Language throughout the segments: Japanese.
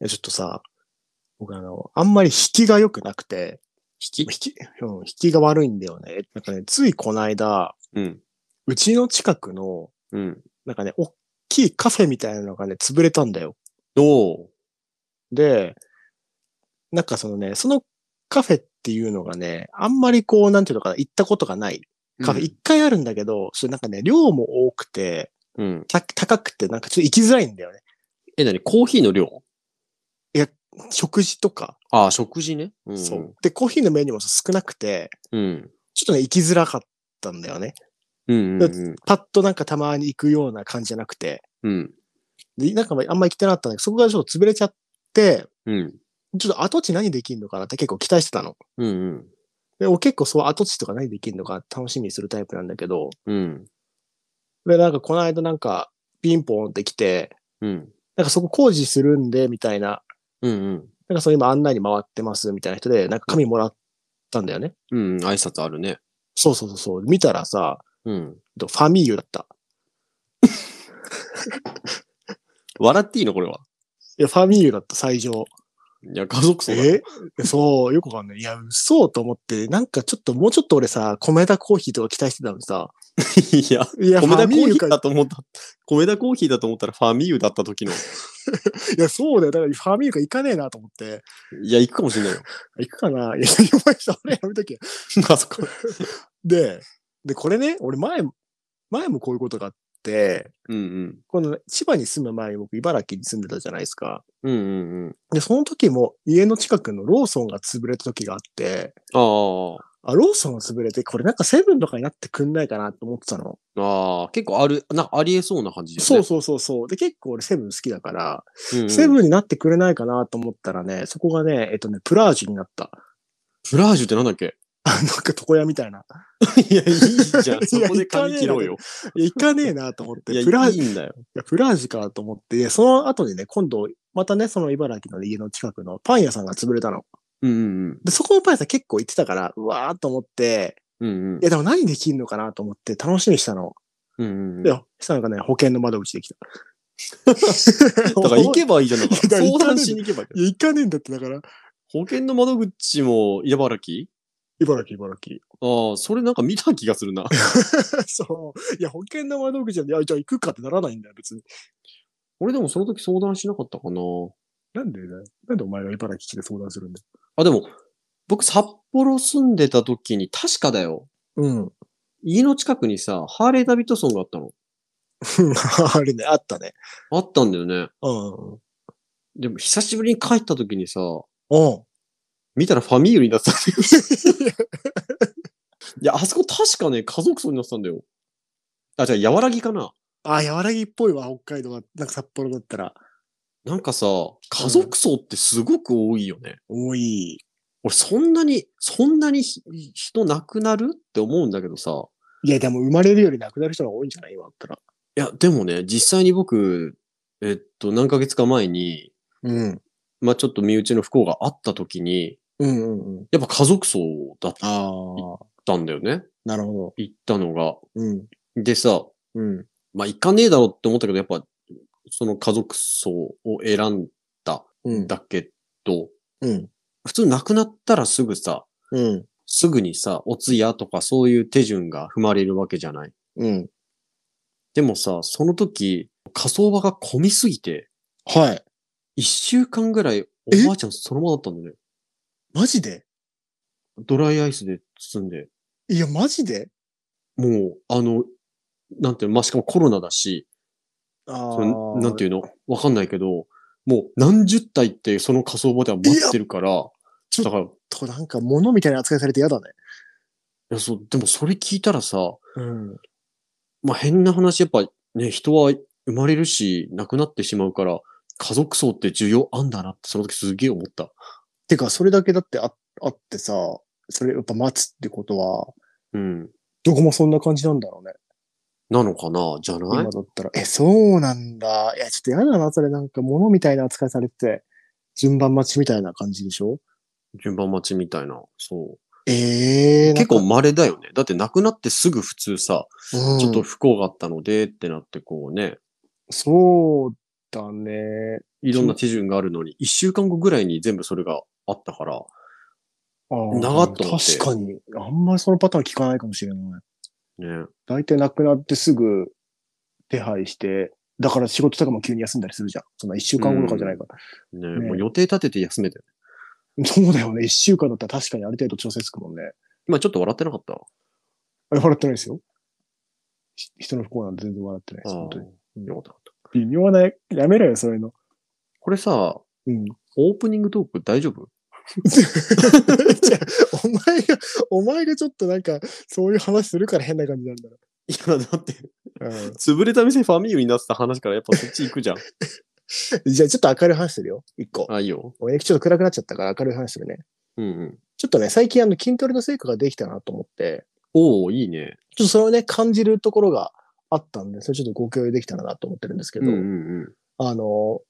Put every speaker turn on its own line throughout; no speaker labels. いやちょっとさ、僕あの、あんまり引きが良くなくて、
引
引き、うん、引きが悪いんだよね。なんかね、ついこの間、
うん。
うちの近くの、
うん。
なんかね、おっきいカフェみたいなのがね、潰れたんだよ。
どう
で、なんかそのね、そのカフェっていうのがね、あんまりこう、なんていうのかな、行ったことがない。カフェ、一回あるんだけど、それなんかね、量も多くて、
うん。うん。
た高くて、なんかちょっと行きづらいんだよね。
え、なにコーヒーの量
食事とか。
ああ、食事ね。うん。
そう。。で、コーヒーのメニューも少なくて、
うん。
ちょっとね、行きづらかったんだよね。
うん。うん。
パッとなんかたまに行くような感じじゃなくて、
うん。
で、なんかあんま行きたなかったんだけど、そこがちょっと潰れちゃって、
うん。
ちょっと跡地何できんのかなって結構期待してたの。
うん。
で、俺結構そう跡地とか何できんのか楽しみにするタイプなんだけど、
うん。
で、なんかこの間なんかピンポンって来て、
うん。
なんかそこ工事するんで、みたいな、
うん。
なんかそう今案内に回ってます、みたいな人で、なんか紙もらったんだよね。
うん。挨拶あるね。
そうそうそうそう。見たらさ、
うん。
ファミーユだった。
笑っていいのこれは。
いや、ファミーユだった、最上。
いや、家族層だ。
え そう、よくわかんない。いや、嘘と思って、なんかちょっと、もうちょっと俺さ、米田コーヒーとか期待してたのにさ、
いや、
いや、
米田コーヒー
か。
だと思った。米田コーヒーだと思ったらファミユだった時の。
いや、そうだよ。だからファミユか行かねえなと思って、
いや、行くかもしれない よ。
行くかな。いや、いや、それやめとけ。
あそこ。
で、で、これね、俺前、前もこういうことがあって、
うん
この千葉に住む前に僕、茨城に住んでたじゃないですか。
うん。うんうんうん。
で、その時も家の近くのローソンが潰れた時があって、
あ
あ、ローソンが潰れて、これなんかセブンとかになってくんないかなと思ってたの。
あ。ああ。結構ある、なんかありえそうな感じだ
そ
よ
う
ね。
そうそうそう。で、結構俺セブン好きだから、
うんうん
セブンになってくれないかなと思ったらね、そこがね、えっとね、プラージュになった。
プラージュってなんだっけ
あなんか床屋みたい な。
いや、いいじゃ
いや
ん。そこで髪切ろうよ。
いや、行かねえなと思って、
いや、
プラー
い
ジュ、い
いんだよ。
やプラージュかと思って、いやその後にね、今度、またね、その茨城の家の近くのパン屋さんが潰れたの。
うんうん
で、そこのパン屋さん結構行ってたから、うわーと思って、
うん。うんうん
いや、でも何できんのかなと思って楽しみにしたの。
うんうん。
いや、したらなんかね、保険の窓口 できた。
だから行けばいいじゃん。だ
いやだ
か
から
ら
行
相
かねえんだよ
談しに行けばいい じゃん。
いや、行かねえんだって、だから。
保険の窓口も茨城
茨城、茨城。
ああ、それなんか見た気がするな。
そう。いや、保険の窓口じゃん。いや、じゃあ行くかってならないんだよ、別に。
俺でもその時相談しなかったかな。
なんでだよ。なんでお前が茨城来て相談するんだよ。
あ、でも、僕札幌住んでた時に確かだよ。
うん。
家の近くにさ、ハーレー・ダビッドソンがあったの。
あれね、あったね。
あったんだよね。
うん。
でも久しぶりに帰った時にさ、
うん。
見たらファミーユになってたんだよ。いや、あそこ確かね、家族層になってたんだよ。あ、じゃあ、柔らぎかな。
あ、柔らぎっぽいわ、北海道は。なんか札幌だったら。
なんかさ、家族層ってすごく多いよね。
多い。
俺、そんなに、そんなにひ人亡くなるって思うんだけどさ。
いや、でも生まれるより亡くなる人が多いんじゃない今だったら。
いや、でもね、実際に僕、えっと、何ヶ月か前に、
うん。
まあちょっと身内の不幸があった時に、
うんうんうん。
やっぱ家族層だっ
ああ、
たんだよね。
なるほ
行ったのが。
ど。うん。
でさ、
うん。
まあ行かねえだろうって思ったけど、やっぱ、その家族層を選んだ
うん
んだけど、
うん。
普通亡くなったらすぐさ、
うん。
すぐにさ、お通夜とかそういう手順が踏まれるわけじゃない。
うん。
でもさ、その時、火葬場が混みすぎて、
はい。
一週間ぐらい
え
おばあちゃんそのままだったんだよね。
マジで
ドライアイスで包んで、
いや、マジで
もう、あの、なんていうの、まあ、しかもコロナだし、
あ
そのなんて
いう
いうの、わかんないけど、もう何十体ってその火葬場では待ってるから、
ちょ
だから、い
と、なんか物みたいな扱いされて嫌だね。
やそう、でもそれ聞いたらさ、
うん。
まあ、変な話、やっぱね、人は生まれるし、亡くなってしまうから、家族葬って需要あんだなって、その時すげえ思った。
てか、それだけだってああってさ、それやっぱ待つってことは、
うん。
どこもそんな感じなんだろうね。
なのかなじゃない
今だったら。え、そうなんだ。いや、ちょっと嫌だな、それなんか物みたいな扱いされてて、順番待ちみたいな感じでしょ
順番待ちみたいな。そう。
ええー、
結
な
構
んか、
稀だよね。だって亡くなってすぐ普通さ、
うん
ちょっと不幸があったのでってなってこうね、
そうだね。
いろんな手順があるのに、一週間後ぐらいに全部それがあったから、
あー
長っと思って
確かに。あんまりそのパターン聞かないかもしれない。
ね。
大体なくなってすぐ手配して、だから仕事とかも急に休んだりするじゃん。そんな一週間後とかじゃないから。
ね
ね
もう予定立てて休めて。
そうだよね。一週間だったら確かにある程度調整つくもんね。
今ちょっと笑ってなかった
あれ、笑ってないですよ。ひ人の不幸なんて全然笑ってないです。
あ
本
あ
当に。うん
よかったよかった。
微妙な、やめろよ、そういうの。
これさ、
うん。
オープニングトーク大丈夫
じゃあお前が、お前がちょっとなんか、そういう話するから変な感じになるんだ
いや、だって、
ろ。
潰れた店ファミーユになってた話からやっぱそっち行くじゃん。
うん。じゃあちょっと明るい話するよ、一個。
あ、いいよ。
俺、ちょっと暗くなっちゃったから明るい話するね。
うんうん。
ちょっとね、最近あの、筋トレの成果ができたなと思って、
おおいいね。
ちょっとそれをね、感じるところがあったんで、それちょっとご共有できたらなと思ってるんですけ
う
ど、
んうんうん。
あの、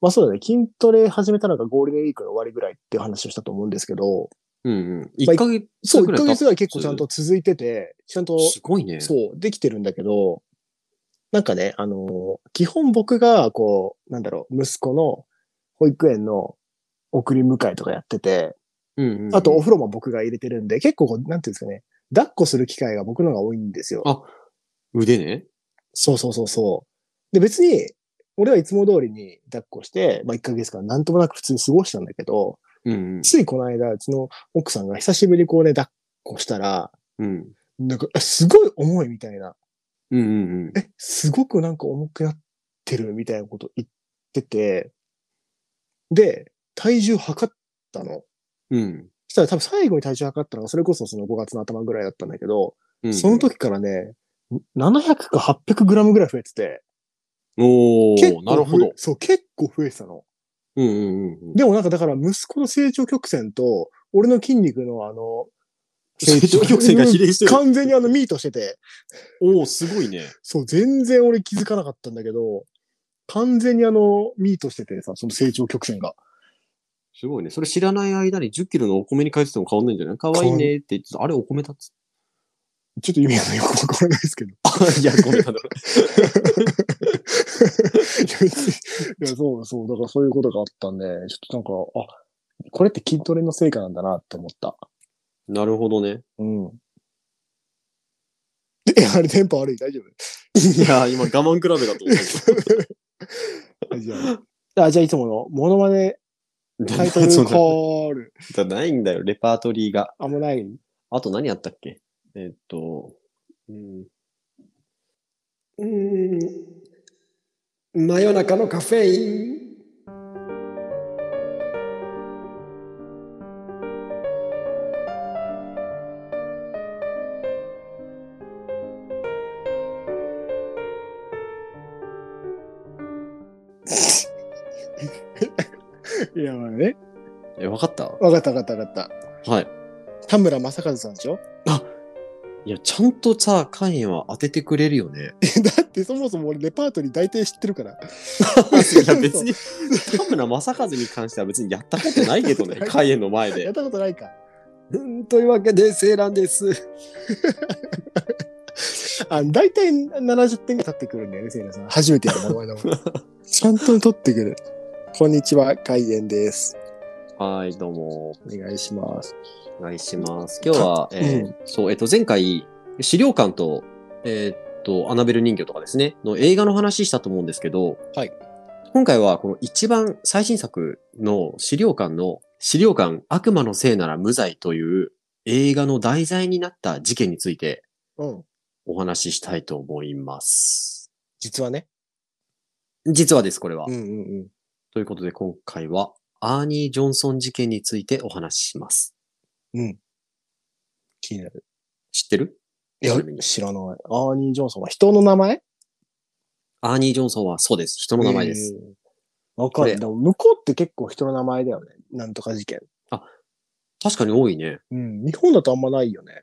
まあそうだね、筋トレ始めたのがゴールデンウィークの終わりぐらいっていう話をしたと思うんですけど、
うんうん。
まあ
1ヶ月
そう、
ぐ
1
ら
ヶ
い経つ
月ぐらい結構ちゃんと続いてて、ちゃんと、
すごいね。
そう、できてるんだけど、なんかね、あの、基本僕が、こう、なんだろう、息子の保育園の送り迎えとかやってて、
うんうんうん
あとお風呂も僕が入れてるんで、結構こう、なんていうんですかね、抱っこする機会が僕の方が多いんですよ。
あ腕ね。
そうそうそうそう。で、別に、俺はいつも通りに抱っこして、まあ1ヶ月間なんともなく普通に過ごしたんだけど、
うん
ついこの間、うちの奥さんが久しぶりにこうね、抱っこしたら、
うん。うん。
なんか、えすごい重いみたいな。
うんうんうん。
え、すごくなんか重くなってるみたいなこと言ってて、で、体重測ったの。
うん
そしたら多分最後に体重測ったのが、それこそその5月の頭ぐらいだったんだけど、
うん。
その時からね、700か800グラムぐらい増えてて、
お
結
お
構
なるほ
増え
ど。
そう、結構増えてたの。
うんうん うん。
でもなんかだから息子の成長曲線と、俺の筋肉のあの、
成長曲線が比例してる。
完全にあのミートしてて、
おおすごいね。
そう、全然俺気づかなかったんだけど、完全にあの、ミートしててさ、その成長曲線が。
すごいね。それ知らない間に10キロのお米に変えてても変わんないんじゃないかわいいねって言ってた、あれお米だっつ。
ちょっと意味がよくわからないですけど。
あ、 いや、ごめんなさい。
いや別にいや、そうそう、だからそういうことがあったんで、ちょっとなんか、あ、これって筋トレの成果なんだなって思った。
なるほどね。
うん。え、あれ、テンポ悪い大丈夫
いや、今我慢比べだと思っ
あじゃあ、あじゃあいつもの、モノマネ
た。
タイトル コー ル。
じゃないんだよ、レパートリーが。
あ、もうない。
あと何やったっけえーっと、うん。うん。
真夜中のカフェイン
いや、まあね。
え、わかった
わかったわかったわかっ
はい。
た。田村正和さんでしょ
いや、ちゃんとさ、肝炎は当ててくれる よね。
だってそもそも俺レパートリー大体知ってるから。
いや、別に、田村正和に関しては別にやったことないけ どね、肝炎の前
やっ
で。
たことないか。
うんというわけで、セーラン です。
あ、大体70点が立ってくるんだよね、せいらさん。初めてやった名前の。 ちゃんと取ってくる。こんにちは、海燕です。
はい、どうも。
お願いします。
お願いします。今日は、えー
う
そう、えっと、前回、資料館と、えーっと、アナベル人形とかですね、の映画の話したと思うんですけど、
はい
今回は、この一番最新作の資料館の、資料館悪魔のせいなら無罪という映画の題材になった事件について
うん。
お話ししたいと思います。
実はね。
実はです、これは。
んうん
ということで、今回は、アーニー・ジョンソン事件についてお話しします。
うん。うん。気になる。
知ってる
いや
ちなみ、に
知らない。アーニー・ジョンソンは人の名前
アーニー・ジョンソンはそうです。人の名前です。。
えーわか
これ
る。でも向こうって結構人の名前だよね。なんとか事件。
確かに多いね。
うん。日本だとあんまないよね。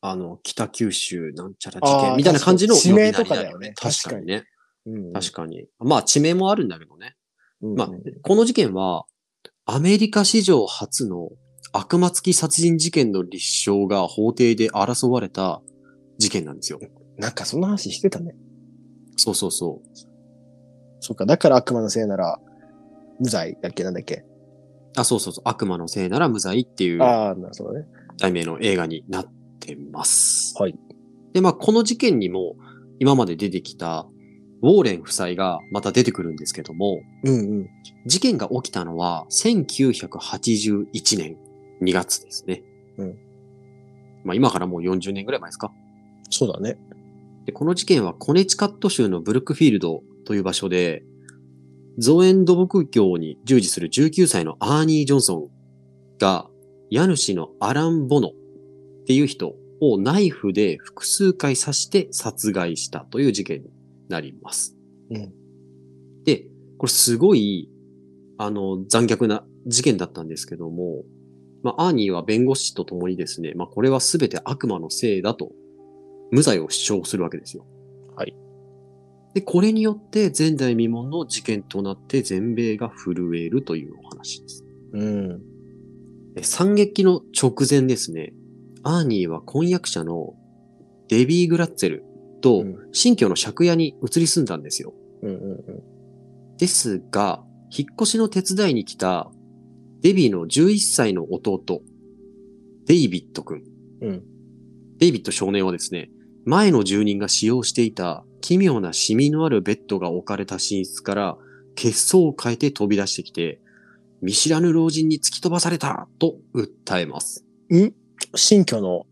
あの、北九州なんちゃら
あ
事
ー
件みたいな感じの
確かに
呼び名になる
地名とかだよね
確かにね。
うん
確かに。まあ、地名もあるんだけどね。
に
まあ、この事件は、アメリカ史上初の悪魔付き殺人事件の立証が法廷で争われた事件なんですよ。
なんかそんな話してたね。
そうそうそう。
そっか、だから悪魔のせいなら、無罪だっけなんだっけ、
あ、そうそうそう。悪魔のせいなら無罪っていう
ああ、なるほどね。
題名の映画になってます。
はい。
で、まあ、この事件にも今まで出てきたウォーレン夫妻がまた出てくるんですけども、
うんうん。
事件が起きたのは1981年2月ですね。
うん。
まあ、今からもう40年ぐらい前ですか。
そうだね。
で、この事件はコネチカット州のブルックフィールドという場所で、造園土木業に従事する19歳のアーニー・ジョンソンが、家主のアラン・ボノっていう人をナイフで複数回刺して殺害したという事件になります。
うん
で、これすごい、あの、残虐な事件だったんですけども、まあ、アーニーは弁護士と共にですね、まあ、これは全て悪魔のせいだと無罪を主張するわけですよ。
はい。
で、これによって前代未聞の事件となって全米が震えるというお話です。
うん。
で惨劇の直前ですね、アーニーは婚約者のデビー・グラッツェルと
うん
新居の借家に移り住んだんですよ。
うんうん
ですが、引っ越しの手伝いに来たデビーの11歳の弟、デイビッド君
うん。うん。
デイビッド少年はですね、前の住人が使用していた奇妙なシミのあるベッドが置かれた寝室から血相を変えて飛び出してきて、見知らぬ老人に突き飛ばされたと訴えます。
新居の、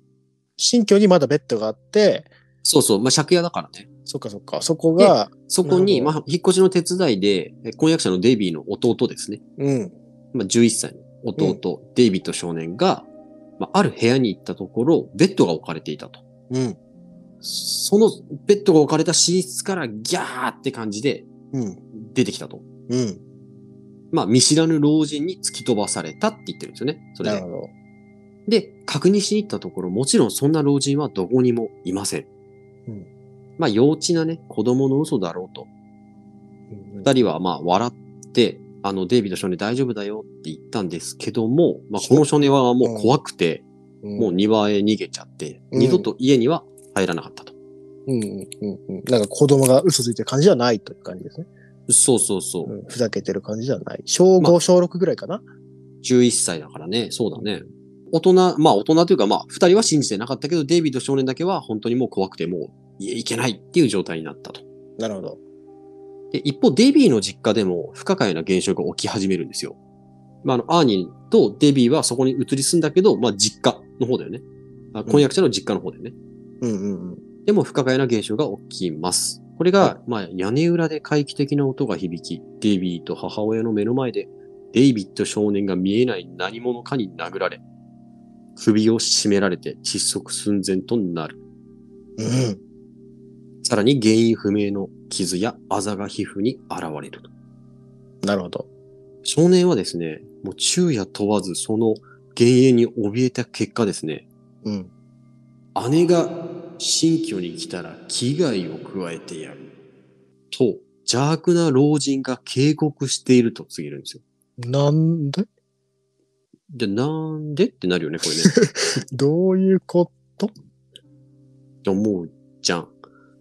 新居にまだベッドがあって、
そうそう、まあ、借家だからね。
そっかそっか、そこが、
そこに、
なる
まあ、引っ越しの手伝いで、え婚約者のデイビーの弟ですね。
うん。
まあ、11歳の弟、デイビッド少年が、まあ、ある部屋に行ったところ、ベッドが置かれていたと。
うん。
そのベッドが置かれた寝室からギャーって感じで
うん。
出てきたと。
うん。
まあ、見知らぬ老人に突き飛ばされたって言ってるんですよね。それ
なる
で。
ほど。
で、確認しに行ったところ、もちろんそんな老人はどこにもいません。
うん
まあ、幼稚なね、子供の嘘だろうと。
うんうん
二人はまあ、笑って、あの、デイビッド少年大丈夫だよって言ったんですけども、まあ、この少年はもう怖くて、もう庭へ逃げちゃって、
うん
二度と家には入らなかったと。
うんうんうんうん。なんか子供が嘘ついてる感じじゃないという感じですね。
そうそうそうう。
ん、ふざけてる感じじゃない。小5、
ま
小6ぐらいかな
11歳だからね、そうだね。大人、まあ大人というかまあ二人は信じてなかったけど、デイビッド少年だけは本当にもう怖くてもういいけないっていう状態になったと。
なるほど。
で、一方デイビーの実家でも不可解な現象が起き始めるんですよ。まああの、アーニーとデイビーはそこに移り住んだけど、まあ実家の方だよね。あ婚約者の実家の方だよね。
うんうんうん。
でも不可解な現象が起きます。これが、
は
まあ屋根裏で怪奇的な音が響き、デイビーと母親の目の前で、デイビッド少年が見えない何者かに殴られ、首を絞められて窒息寸前となる。
うん。
さらに原因不明の傷やあざが皮膚に現れると。
なるほど。
少年はですね、もう昼夜問わずその幻影に怯えた結果ですね、
うん。
姉が新居に来たら危害を加えてやる。と、邪悪な老人が警告していると告げるんですよ。
なんで
で、なんでってなるよね、これ ね。
どういうこ
って思うじゃん。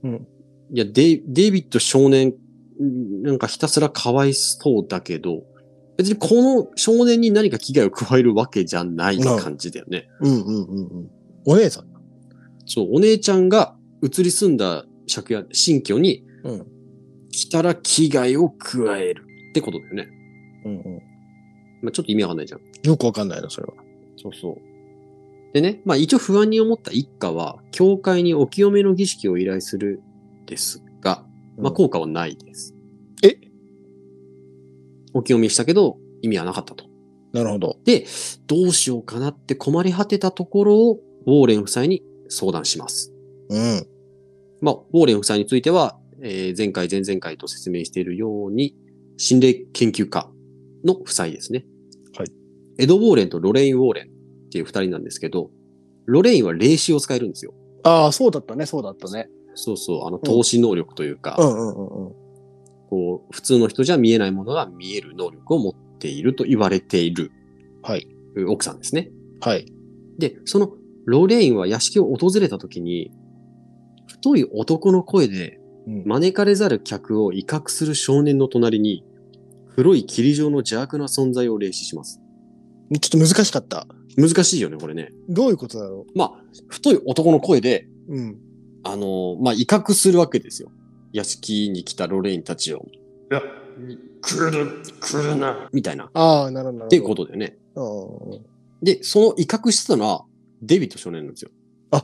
うん
いや、デイデイビッド少年、うんなんかひたすらかわいそうだけど、別にこの少年に何か危害を加えるわけじゃない
うん
感じだよね。
うんうんうんうん。お姉さん。
そう、お姉ちゃんが移り住んだ借家、新居に
うん。
来たら危害を加えるってことだよね。
うんうん。
まあ、ちょっと意味わかんないじゃん。
よくわかんないな、それは。
そうそう。でね、まあ一応不安に思った一家は、教会にお清めの儀式を依頼するですが、まあ
うん
効果はないです。
え
お清めしたけど、意味はなかったと。
なるほど。
で、どうしようかなって困り果てたところを、ウォーレン夫妻に相談します。
うん。
まあ、ウォーレン夫妻については、えー前回、前々回と説明しているように、心霊研究家の夫妻ですね。
はい。
エド・ウォーレンとロレイン・ウォーレンっていう二人なんですけど、ロレインは霊視を使えるんですよ。
ああ、そうだったね、そうだったね。
そうそう、あの、投資能力というか、
うんうんうんうん。
こう、普通の人じゃ見えないものが見える能力を持っていると言われている
はい。
奥さんですね。
はい。
で、そのロレインは屋敷を訪れた時に、太い男の声で、
うん
招かれざる客を威嚇する少年の隣に、黒い霧状の邪悪な存在を霊視します。
ちょっと難しかった。
難しいよね、これね。
どういうことだろ
まあ、太い男の声で、
う。うん。
あのーまあ、威嚇するわけですよ。屋敷に来たロレインたちを、
いや、来る、来るな。
みたいな。っ
ああ、なるほど。って
いうことだよね。
と。
で、その威嚇してたのは、デビット少年なんですよ。
あ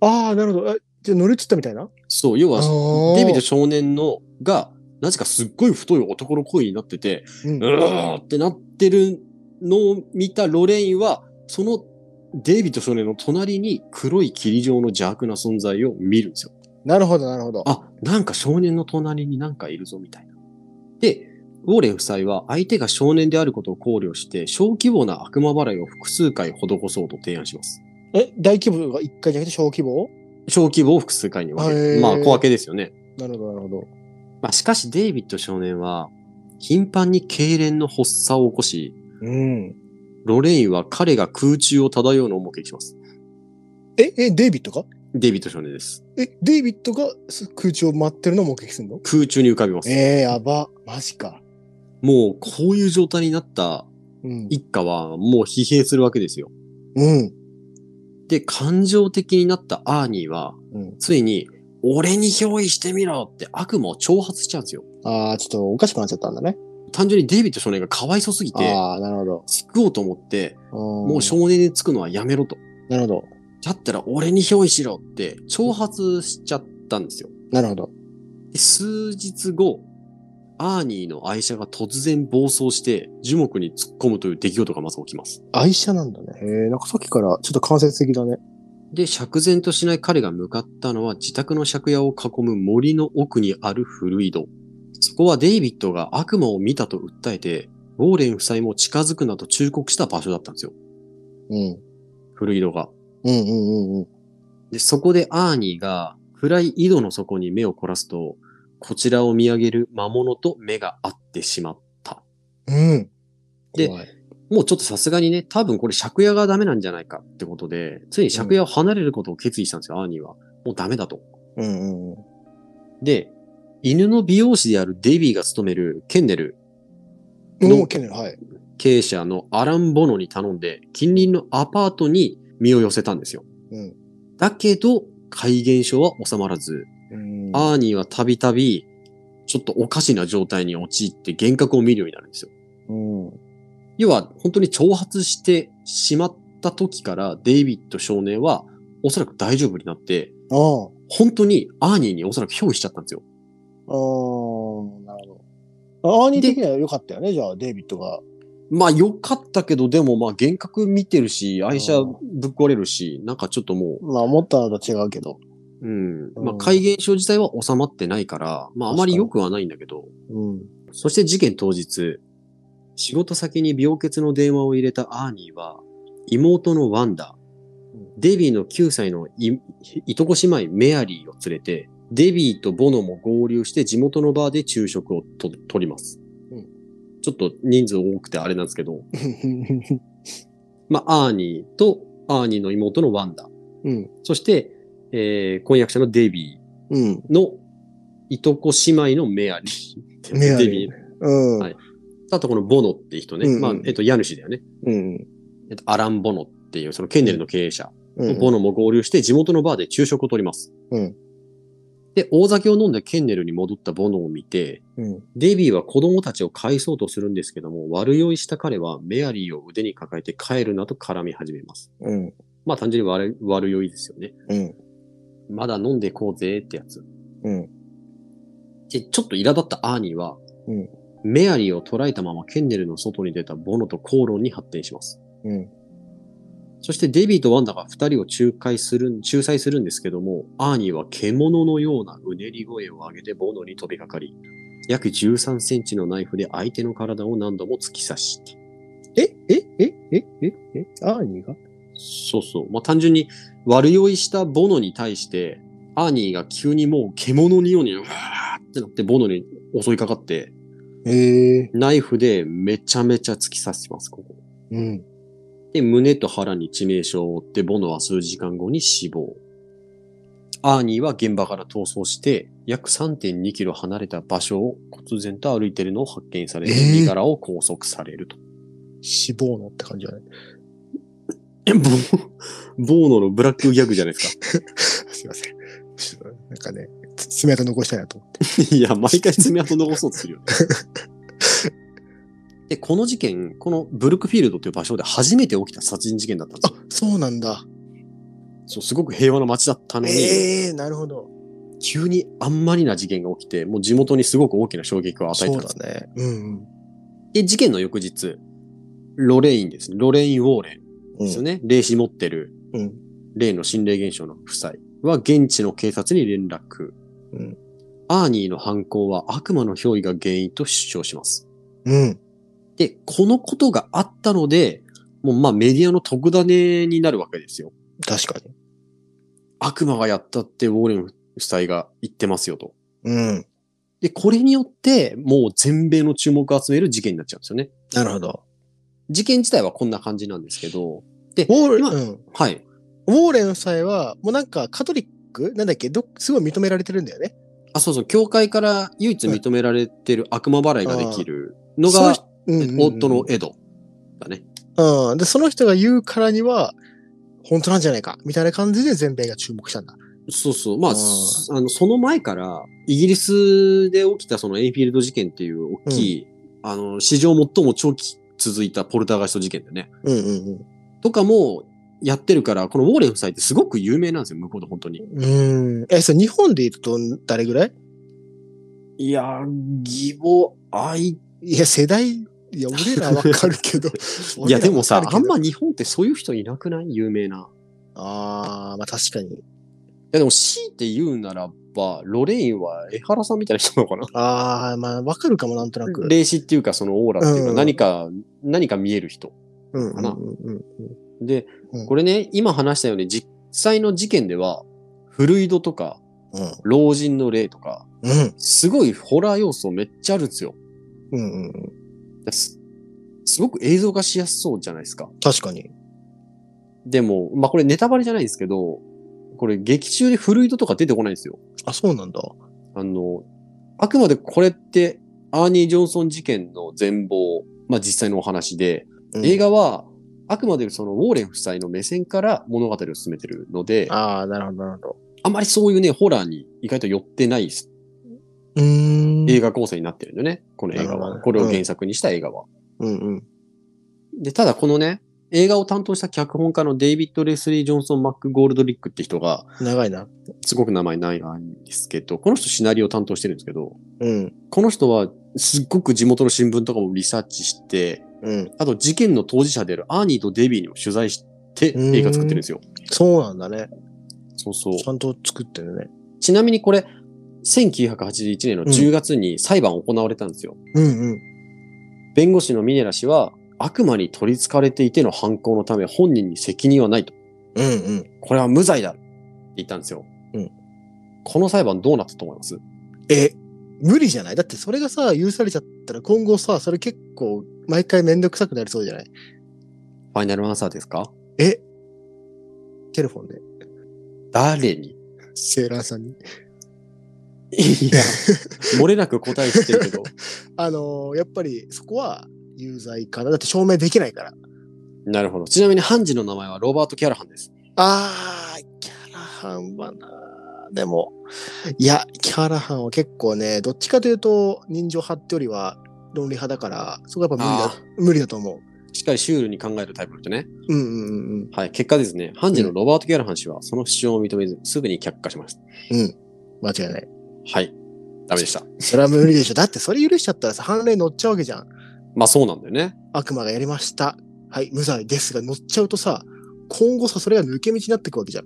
あ、なるほど。えじゃあ乗り移ったみたいな
そう、要は
あ、ー
デビット少年のが、なぜかすっごい太い男の声になってて、
うん
うーってなってるのを見たロレインは、そのデイビッド少年の隣に黒い霧状の邪悪な存在を見るんですよ。
なるほど、なるほど。
あ、なんか少年の隣になんかいるぞみたいな。で、ウォーレン夫妻は相手が少年であることを考慮して、小規模な悪魔払いを複数回施そうと提案します。
え、大規模が1回じゃなくて小規模
小規模を複数回に分け
へ
る。
ー
まあ、小分けですよね。
なるほど、なるほど。
まあ、しかしデイビッド少年は、頻繁に痙攣の発作を起こし、
うん。
ロレインは彼が空中を漂うのを目撃します。
え、え、デイビッドか
デイビッド少年です。
え、デイビッドがす空中を待ってるのを目撃するの
空中に浮かびます。
ええー、やば。マジか。
もう、こういう状態になった
うん。
一家は、もう疲弊するわけですよ。
うん。
で、感情的になったアーニーは、
うん
ついに、俺に憑依してみろって悪魔を挑発しちゃうんですよ。
ああ、ちょっとおかしくなっちゃったんだね。
単純にデイビッド少年がかわいそすぎて、
ああ、なるほど。
救おうと思って、
も
もう少年につくのはやめろと。
なるほど。
だったら俺に憑依しろって挑発しちゃったんですよ。
なるほど。
で数日後、アーニーの愛車が突然暴走して樹木に突っ込むという出来事がまず起きます。
愛車なんだね。へえ、なんかさっきからちょっと間接的だね。
で、釈然としない彼が向かったのは自宅の借家を囲む森の奥にある古井戸。そこはデイビッドが悪魔を見たと訴えて、ウォーレン夫妻も近づくなと忠告した場所だったんですよ。
うん。
古井戸が。
うんうんうんうん。
で、そこでアーニーが暗い井戸の底に目を凝らすと、こちらを見上げる魔物と目が合ってしまった。
うん。
で
怖い、
もうちょっとさすがにね、多分これ借家がダメなんじゃないかってことで、ついに借家を離れることを決意したんですよ、アーニーは。もうダメだと。
うんうんうん。
で、犬の美容師であるデビーが勤めるケンネル
の、ケネル、はい。
経営者のアラン・ボノに頼んで、近隣のアパートに身を寄せたんですよ。
うん
だけど、怪現象は収まらず、
うん
アーニーはたびたび、ちょっとおかしな状態に陥って幻覚を見るようになるんですよ。
うん。
要は、本当に挑発してしまった時から、デイビッド少年は、おそらく大丈夫になって、
ああ。
本当にアーニーにおそらく憑依しちゃったんですよ。
ああ、なるほど。アーニー的には良かったよね、じゃあ、デイビッドが。
まあ良かったけど、でもまあ幻覚見てるし、愛車
あー
ぶっ壊れるし、なんかちょっとも
まあ、思ったのと違うけど。
う、うん。まあ
うん
怪現象自体は収まってないから、まああまり良くはないんだけど、
うん。
そして事件当日、仕事先に病欠の電話を入れたアーニーは、妹のワンダ
うん、
デビーの9歳のいいとこ姉妹メアリーを連れて、デビーとボノも合流して地元のバーで昼食をと取ります。
うん
ちょっと人数多くてあれなんですけど、まあ、アーニーとアーニーの妹のワンダ、
うん。
そして、えー婚約者のデビ
うん。
ーのいとこ姉妹のメアリー。
メアリー
デビー。
うん。
はいあとこのボノって人ね。
うんうん
まあ、えっと、家主だよね。
うん。
えっと、アラン・ボノっていう、そのケンネルの経営者。
うん。
ボノも合流して地元のバーで昼食をとります。
うん
で、大酒を飲んでケンネルに戻ったボノを見て、
うん。
デビーは子供たちを返そうとするんですけども、悪酔いした彼はメアリーを腕に抱えて帰るなと絡み始めます。
うん。
まあ単純に悪い悪酔いですよね。
うん。
まだ飲んでこうぜってやつ。
うん。
で、ちょっと苛立ったアーニーは、
うん
メアリーを捕らえたままケンネルの外に出たボノと口論に発展します。
うん。
そしてデビーとワンダが二人を仲介するん、仲裁するんですけども、アーニーは獣のようなうねり声を上げてボノに飛びかかり、約13センチのナイフで相手の体を何度も突き刺した。
え、え、え、え、え、え、アーニーが
そうそう。まあ、単純に悪酔いしたボノに対して、アーニーが急にもう獣にように、うわーってなってボノに襲いかかって、
へえ。
ナイフでめちゃめちゃ突き刺します、ここ。
うん。
で、胸と腹に致命傷を負って、ボノは数時間後に死亡。アーニーは現場から逃走して、約3.2キロ離れた場所を忽然と歩いているのを発見されて、
えー
身柄を拘束されると。
死亡のって感じじゃない
え、ボー、ボーノのブラックギャグじゃないですか。
すいません。 ちょっとなんかね、つ爪痕残したいなと思って。
いや、毎回爪痕残そうとするよね。 で、この事件、このブルックフィールドという場所で初めて起きた殺人事件だったんです
あ
よ。、
そうなんだ。
そう、すごく平和な街だったのに、
ええー、なるほど。
急にあんまりな事件が起きて、もう地元にすごく大きな衝撃を与えたん
そう
です
だね。うん
で、事件の翌日、ロレインですね。ロレイン・ウォーレン
うん。
ですよね。霊視持ってる、
うん。
例の心霊現象の夫妻は現地の警察に連絡。
うん
アーニーの犯行は悪魔の憑依が原因と主張します。
うん。
で、このことがあったので、もうまあメディアの特ダネになるわけですよ。
確かに。
悪魔がやったってウォーレン夫妻が言ってますよと。
うん。
で、これによって、もう全米の注目を集める事件になっちゃうんですよね。
なるほど。
事件自体はこんな感じなんですけど、
ウォーレン、
今
うん、ウ
はい。
ォーレン夫妻は、もうなんかカトリックなんだっけどすごい認められてるんだよね。
あ、そうそう、教会から唯一認められてる悪魔払いができるの
その
が、
人うんうんうん
夫のエドだね。
うん。で、その人が言うからには、本当なんじゃないか、みたいな感じで全米が注目したんだ。
そうそう。まあ、
うん
すあの、その前から、イギリスで起きたそのエインフィールド事件っていう大きい、あの、史上最も長期続いたポルターガイスト事件だね。
うんうん
とかもやってるから、このウォーレン夫妻ってすごく有名なんですよ、向こうで本当に。
うん。うん。え、それ日本で言うとどん誰ぐらい
いや義母愛。
いや、世代、いや、俺らわかるけど
いや、でもさ、あんま
り。
日本ってそういう人いなくない有名な。
あー、まあ確かに。
いや、でも強いて言うならば、ロレインは江原さんみたいな人なのかな
あー、まあわかるかも、なんとなく。
霊視っていうか、そのオーラっていう
う
か、
ん
何か、何か見える人。
うん
か
う
なん
うん
で
う、ん
これね、今話したように、実際の事件では、フルイドとか、
うん。
老人の霊とか、
うん。
すごいホラー要素めっちゃあるんですよ。
うんうんうん。
ですすごく映像化しやすそうじゃないですか。
確かに。
でも、まあ、これネタバレじゃないんですけど、これ劇中でフルイドとか出てこないんですよ。
あ、そうなんだ。
あの、あくまでこれって、アーニー・ジョンソン事件の全貌、まあ実際のお話で、
うん
映画は、あくまでそのウォーレン夫妻の目線から物語を進めてるので、
あ
あ
あ、なるほど、なるほど。
まりそういうね、ホラーに意外と寄ってない
うん。
映画構成になってるんだよね、この映
な
画
るほど
は。
ね
これを原作にした映画は。
うんうん。
で、ただこのね、映画を担当した脚本家のデイビッド・レスリー・ジョンソン・マック・ゴールドリックって人が、
長いな。
すごく名前ないんですけど、この人シナリオを担当してるんですけど、
うん。
この人はすっごく地元の新聞とかもリサーチして、
うん。
あと事件の当事者であるアーニーとデビーにも取材して
うん
映画作ってるんですよ。
そうなんだね。
そうそう。
ちゃんと作ってるね。
ちなみにこれ、1981年の10月に裁判行われたんですよ。
うんうん。
弁護士のミネラ氏は、悪魔に取り憑かれていての犯行のため本人に責任はないと。
うんうん。
これは無罪だって言ったんですよ。
うん
この裁判どうなったと思います
え、無理じゃないだってそれがさ、許されちゃったら今後さ、それ結構毎回めんどくさくなりそうじゃない
ファイナルアンサーですか
えテレフォンで。
誰に
セーラーさんに。
いや、漏れなく答え知ってるけど。
あのーやっぱりそこは有罪かな。だって証明できないから。
なるほど。ちなみに判事の名前はロバート・キャラハンです。
あー、キャラハンはな。でも、いや、キャラハンは結構ね、どっちかというと、人情派ってよりは、論理派だから、そこはやっ
あ
ぱ無理だ、無理だと思う。
しっかりシュールに考えるタイプの人ね。
うんうんうんうん。
はい。結果ですね、判事のロバート・キャラハン氏はその主張を認めず、すぐに却下しました。
間違いない。
はい。ダメでした。
それは無理でしょ。だってそれ許しちゃったらさ、判例乗っちゃうわけじゃん。
まあそうなんだよね。
悪魔がやりました。はい、無罪ですが乗っちゃうとさ、今後さ、それが抜け道になってくわけじゃん。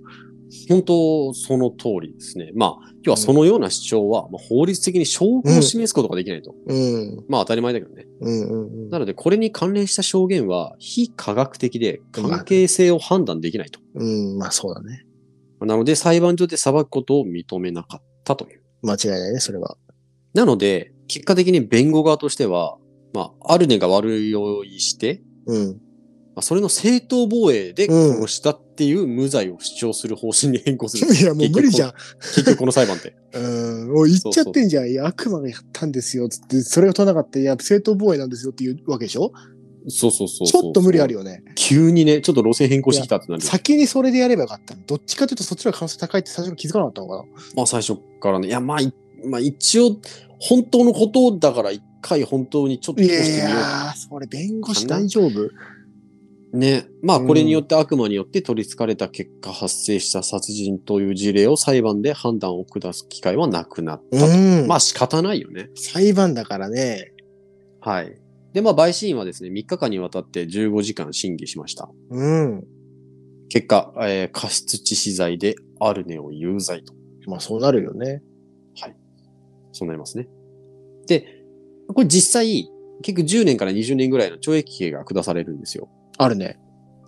本当、その通りですね。まあ、要はそのような主張は、まあ、法律的に証拠を示すことができないと。
うん。
まあ当たり前だけどね。
うんうんう。
なんので、これに関連した証言は非科学的で関係性を判断できないと。
うん、まあそうだね。
なので、裁判所で裁くことを認めなかったという。
間違いないね、それは。
なので、結果的に弁護側としては、まあ、アルネが悪酔いして、
うん。
まあ、それの正当防衛で
うん
殺したっていう無罪を主張する方針に変更 する。
いや、もう無理じゃん。
結局この裁判って。
うん。おい言っちゃってんじゃん。いや、悪魔がやったんですよ。つって、それを取らなかった。いや、正当防衛なんですよっていうわけでしょ
そうそうそう
ちょっと無理ある
よ。
よね。
急にね、ちょっと路線変更してきたってなるよ。
先にそれでやればよかった。どっちかというとそっちの可能性高いって最初に気づかなかったのかな。
まあ最初からね。いや、まあ、いまあ一応、本当のことだから一回本当にちょっと
い
通してみよ
やー、それ弁護士
かな
大丈夫
う。ね。まあ
うん
これによって悪魔によって取り憑かれた結果発生した殺人という事例を裁判で判断を下す機会はなくなったと。
うん。
まあ仕方ないよね。
裁判だからね。
はい。で、まあ、陪審員はですね、3日間にわたって15時間審議しました。
うん。
結果、えー過失致死罪でアルネを有罪と。
まあそうなるよね。
そうなりますね。で、これ実際、結局10年から20年ぐらいの懲役刑が下されるんですよ。
あるね。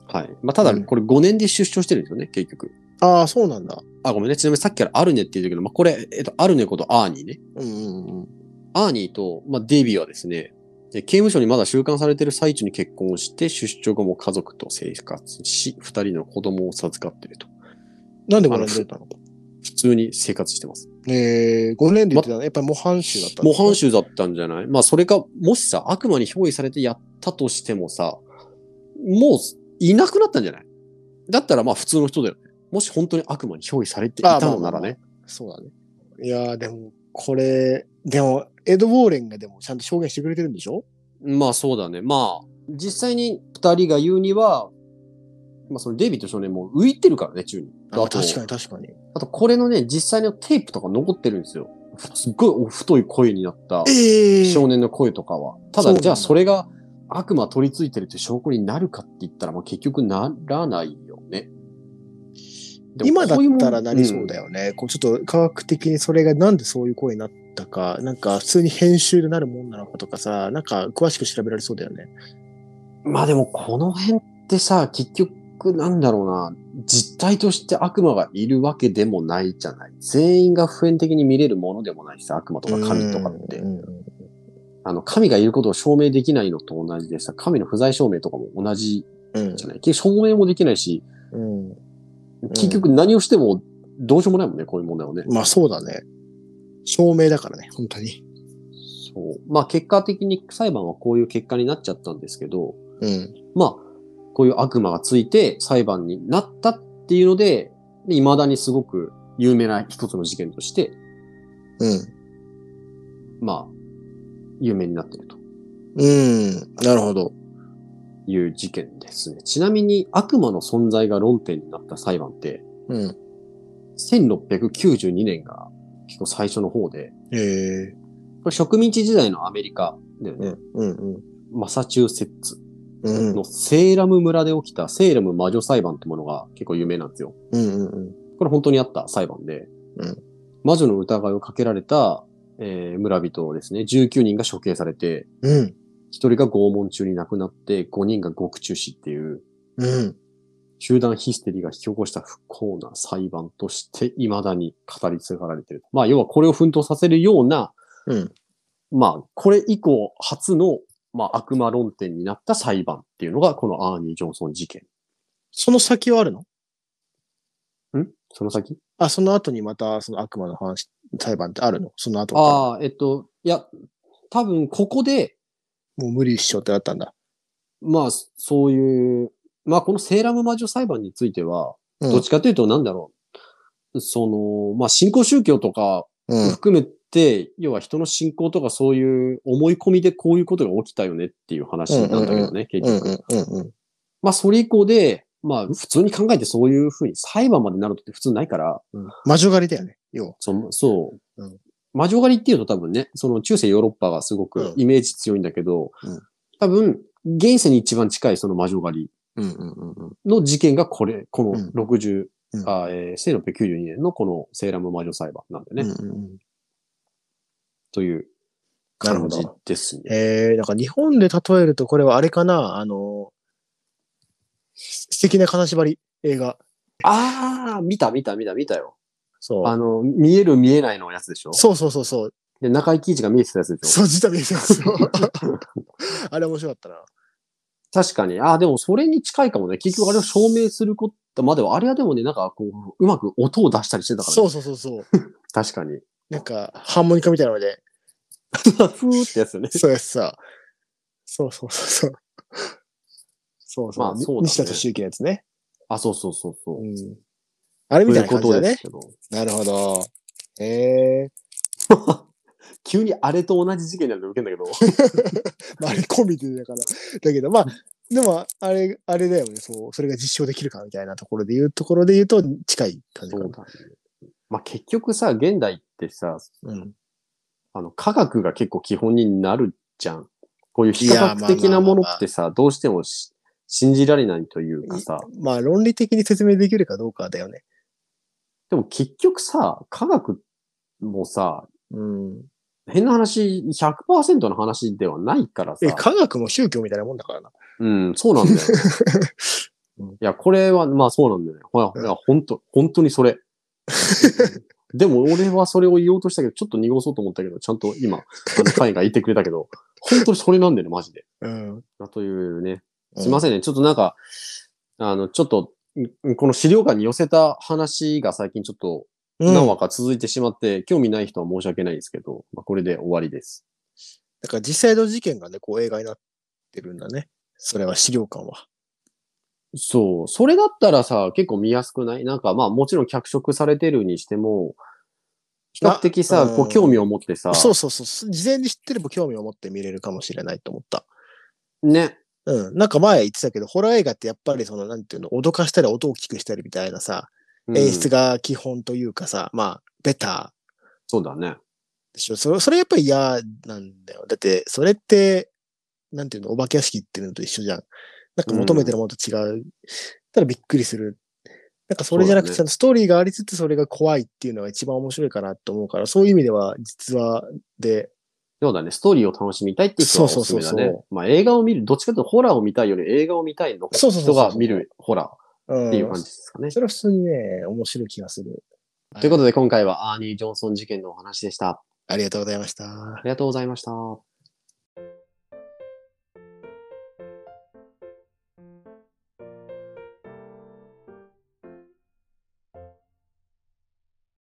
はい。まあ、ただ、
うん
これ5年で出所してるんですよね、結局。
ああ、そうなんだ。
あ、ごめんね。ちなみにさっきからアルネって言うけど、まあ、これ、えっと、アルネことアーニーね。
うんうんうん。
アーニーと、まあ、デビーはですね、え刑務所にまだ収監されている最中に結婚をして、出所後も家族と生活し、二人の子供を授かっていると。
なんでこれ出たの
普通に生活してます。
えー、5年で言ってたの、やっぱり模範囚だったの
模範囚だったんじゃないまあそれか、もしさ、悪魔に憑依されてやったとしてもさ、もういなくなったんじゃないだったらまあ普通の人だよね。もし本当に悪魔に憑依されていたのならね。
そうだね。いやー、でも、これ、でも、エド・ウォーレンがでもちゃんと証言してくれてるんでしょ
まあそうだね。まあ、実際に二人が言うには、まあそのデイビッド少年も浮いてるからね、宙に。
あ
と
確かに確かに。
あとこれのね、実際のテープとか残ってるんですよ。すっごい太い声になった。
え
少年の声とかは。た
そうな
だ、
んだ
じゃあそれが悪魔取り付いてるって証拠になるかって言ったら、まあ、結局ならないよね。でも
今だ
こ
っ
ういうもん
たらなりそうだ
よ。
よね。こうちょっと科学的にそれがなんでそういう声になったか、なんか普通に編集でなるもんなのかとかさ、なんか詳しく調べられそうだよね。
うんまあでもこの辺ってさ、結局なんだろうな、実態として悪魔がいるわけでもないじゃない。全員が普遍的に見れるものでもないしさ、悪魔とか神とかって。
うんうん
あの、神がいることを証明できないのと同じでさ、神の不在証明とかも同じ
うん
じゃない。結局証明もできないし、
うん
結局何をしてもどうしようもないもんね、こういう問題はね。
まあそうだね。証明だからね、本当に。
そう。まあ結果的に裁判はこういう結果になっちゃったんですけど、
うん。
まあ、こういう悪魔がついて裁判になったっていうので、で未だにすごく有名な一つの事件として、
うん。
まあ、有名になっていると
うん。なるほど。
いう事件ですね。ちなみに悪魔の存在が論点になった裁判って、
うん。
1692年が結構最初の方で、
ええ
これ植民地時代のアメリカだよね、
うん。うん。
マサチューセッツ
うん。うん
の。セーラム村で起きたセーラム魔女裁判ってものが結構有名なんですよ。
うん。うん。
これ本当にあった裁判で、
うん
魔女の疑いをかけられた、えー村人をですね、19人が処刑されて、
うん。
1人が拷問中に亡くなって、5人が獄中死っていう、
うん。
集団ヒステリーが引き起こした不幸な裁判として、未だに語り継がれている。まあ、要はこれを奮闘させるような、
うん。
まあ、これ以降初の、まあ、悪魔論点になった裁判っていうのが、このアーニー・ジョンソン事件。
その先はあるの
んその先
あ、その後にまた、その悪魔の話、裁判ってあるのその後から
ああ、えっと、いや、多分ここで、
もう無理しようってなったんだ。
まあ、そそういう、まあ、このセーラム魔女裁判については、
うん
どっちかというと、なんだろう、その、まあ、信仰宗教とか
うん。
含めて、要は人の信仰とかそういう思い込みでこういうことが起きたよねっていう話なんだけどね、結
うん
局。
うんうんうん。
まあ、それ以降で、まあ、普通に考えてそういうふうに裁判までなるとって普通ないから、
魔女狩りだよね、要は。
そそう
うん
魔女狩りっていうと多分ね、その中世ヨーロッパがすご
う
く
ん
イメージ強いんだけど、
うん
多分、現世に一番近いその魔女狩り
うんうんうんうん。
の事件がこれ、こ
うん
の60、
うん
あえー、1692年のこのセーラム魔女裁判なんでね、
うんうんうん
という
なるほ
感
ど
じですね。
えー、なんか日本で例えると、これはあれかな、あの、す素敵な金縛り映画。
ああ、見た見た見た見たよ。
そう。
あの、見える見えないのやつでしょ
そうそうそうそう。
で、中井貴一が見えてたやつでし
そ
ょ
う、実は見えてますよ。あれ面白かったな。
確かに。ああ、でもそれに近いかもね。結局あれを証明することまでは、あれはでもね、なんかこう、うまく音を出したりしてたから、ね。
そうそうそうそう。
確かに。
なんか、ハーモニカみたいなので、
ふーってやつよね。
そうやしさ。そうそうそうそう。そうそう。
まあそうだね
西田敏行のやつね。
あ、そうそうそうそうう。
ん。あれみ
と
た
い
いうな感
こ
じ
と
だ
で
ね
す。けど。
なるほど。ええ
急にあれと同じ事件になると受けんだけど。
まあ、あれ込みでだから。だけど、まあ、でも、あれ、あれだよね。そう、それが実証できるかみたいなところで言うところで言うと、近い感じ
そ
か
う
な。
だね。まあ結局さ、現代ってさ、
うん。
あの、科学が結構基本になるじゃん。こういう非
いや
科学的なものってさ、どうしてもし信じられないというかさ、
まあ、論理的に説明できるかどうかだよね。
でも結局さ、科学もさ、
うん。
変な話、100%の話ではないからさ
え、、科学も宗教みたいなもんだからな。
うん、そうなんだよ
うん。
いや、これは、まあそうなんだよね。ほら、
うん
いや、本当本当にそれ。 でも俺はそれを言おうとしたけど、ちょっと濁そうと思ったけど、ちゃんと今、あの、会が言ってくれたけど、本当にそれなんだよね、マジで。
うん。
あというね、す
い
いま
ん。
せんね。ちょっとなんか、あの、ちょっと、んこの資料館に寄せた話が最近ちょっと
うん、
何
だ
話か続いてしまって、興味ない人は申し訳ないですけど、まあ、これで終わりです。
から実際の事件がね、こう映画になってるんだね。それは資料館は。
そう。それだったらさ、結構見やすくないなんかまあもちろん脚色されてるにしても、比較的さ
あ、
こ
うん
う興味を持ってさ、
そうそうそう。事前に知ってれば興味を持って見れるかもしれないと思った。
ね。
うん。なんか前言ってたけど、ホラー映画ってやっぱりその、なんていうの、脅かしたり音を大きくしたりみたいなさ、
うん
演出が基本というかさ、まあ、ベタ
そうだね。
でしょ。それ、それやっぱり嫌なんだよ。だって、それって、なんていうの、お化け屋敷っていうのと一緒じゃん。なんか求めてるものと違う。ただびっくりする。なんかそれじゃなくて、
そ
ちゃんとストーリーがありつつそれが怖いっていうのが一番面白いかなと思うから、そういう意味では実話で、
そうだね。ストーリーを楽しみたいっていう人はおすすめだ
そうそう
ね
そう。
まあ映画を見る、どっちかというとホラーを見たいより映画を見たいの
そうそうそうそ
人
う
が見るホラ
うん
ーっていう感じですかね。
それは普通にね、面白い気がする。
ということで今回はアーニー・ジョンソン事件のお話でした。
ありがとうございました。
ありがとうございました。